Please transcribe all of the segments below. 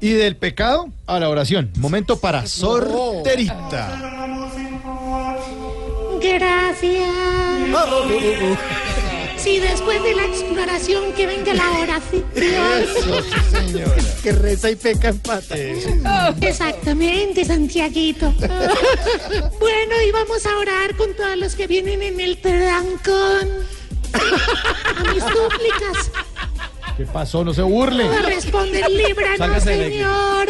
Y del pecado a la oración. Momento para sorterita. Gracias. Si después de la exploración que venga la oración. Eso, sí, señora. Que reza y peca en pata. Eh, Exactamente, Santiaguito. Bueno, y vamos a orar con todos los que vienen en el trancón. A mis súplicas. ¿Qué pasó? No se burlen. Responde, líbranos, Sálgase de aquí. Señor.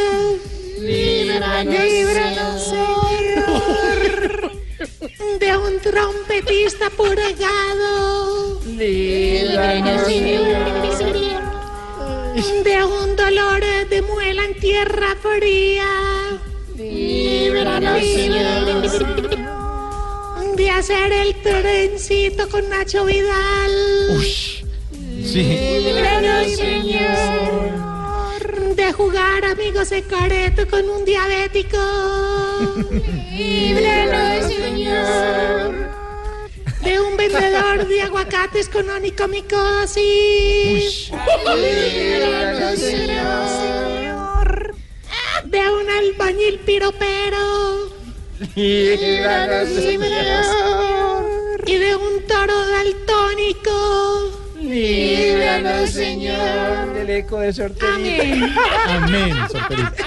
Líbranos, Señor. De un trompetista purgado. Líbranos, Señor. De un dolor de muela en tierra fría. Líbranos, Señor. De hacer el trencito con Nacho Vidal. Ush. Sí. Líbranos, Señor, de jugar amigos secreto con un diabético. Líbranos, Señor, de un vendedor de aguacates con onicomicosis. Líbranos, Señor, de un albañil piropero. Líbranos, Señor, y de un toro daltónico. Líbranos, Señor. Del eco de sorteo. Amén. Amén, sorterita.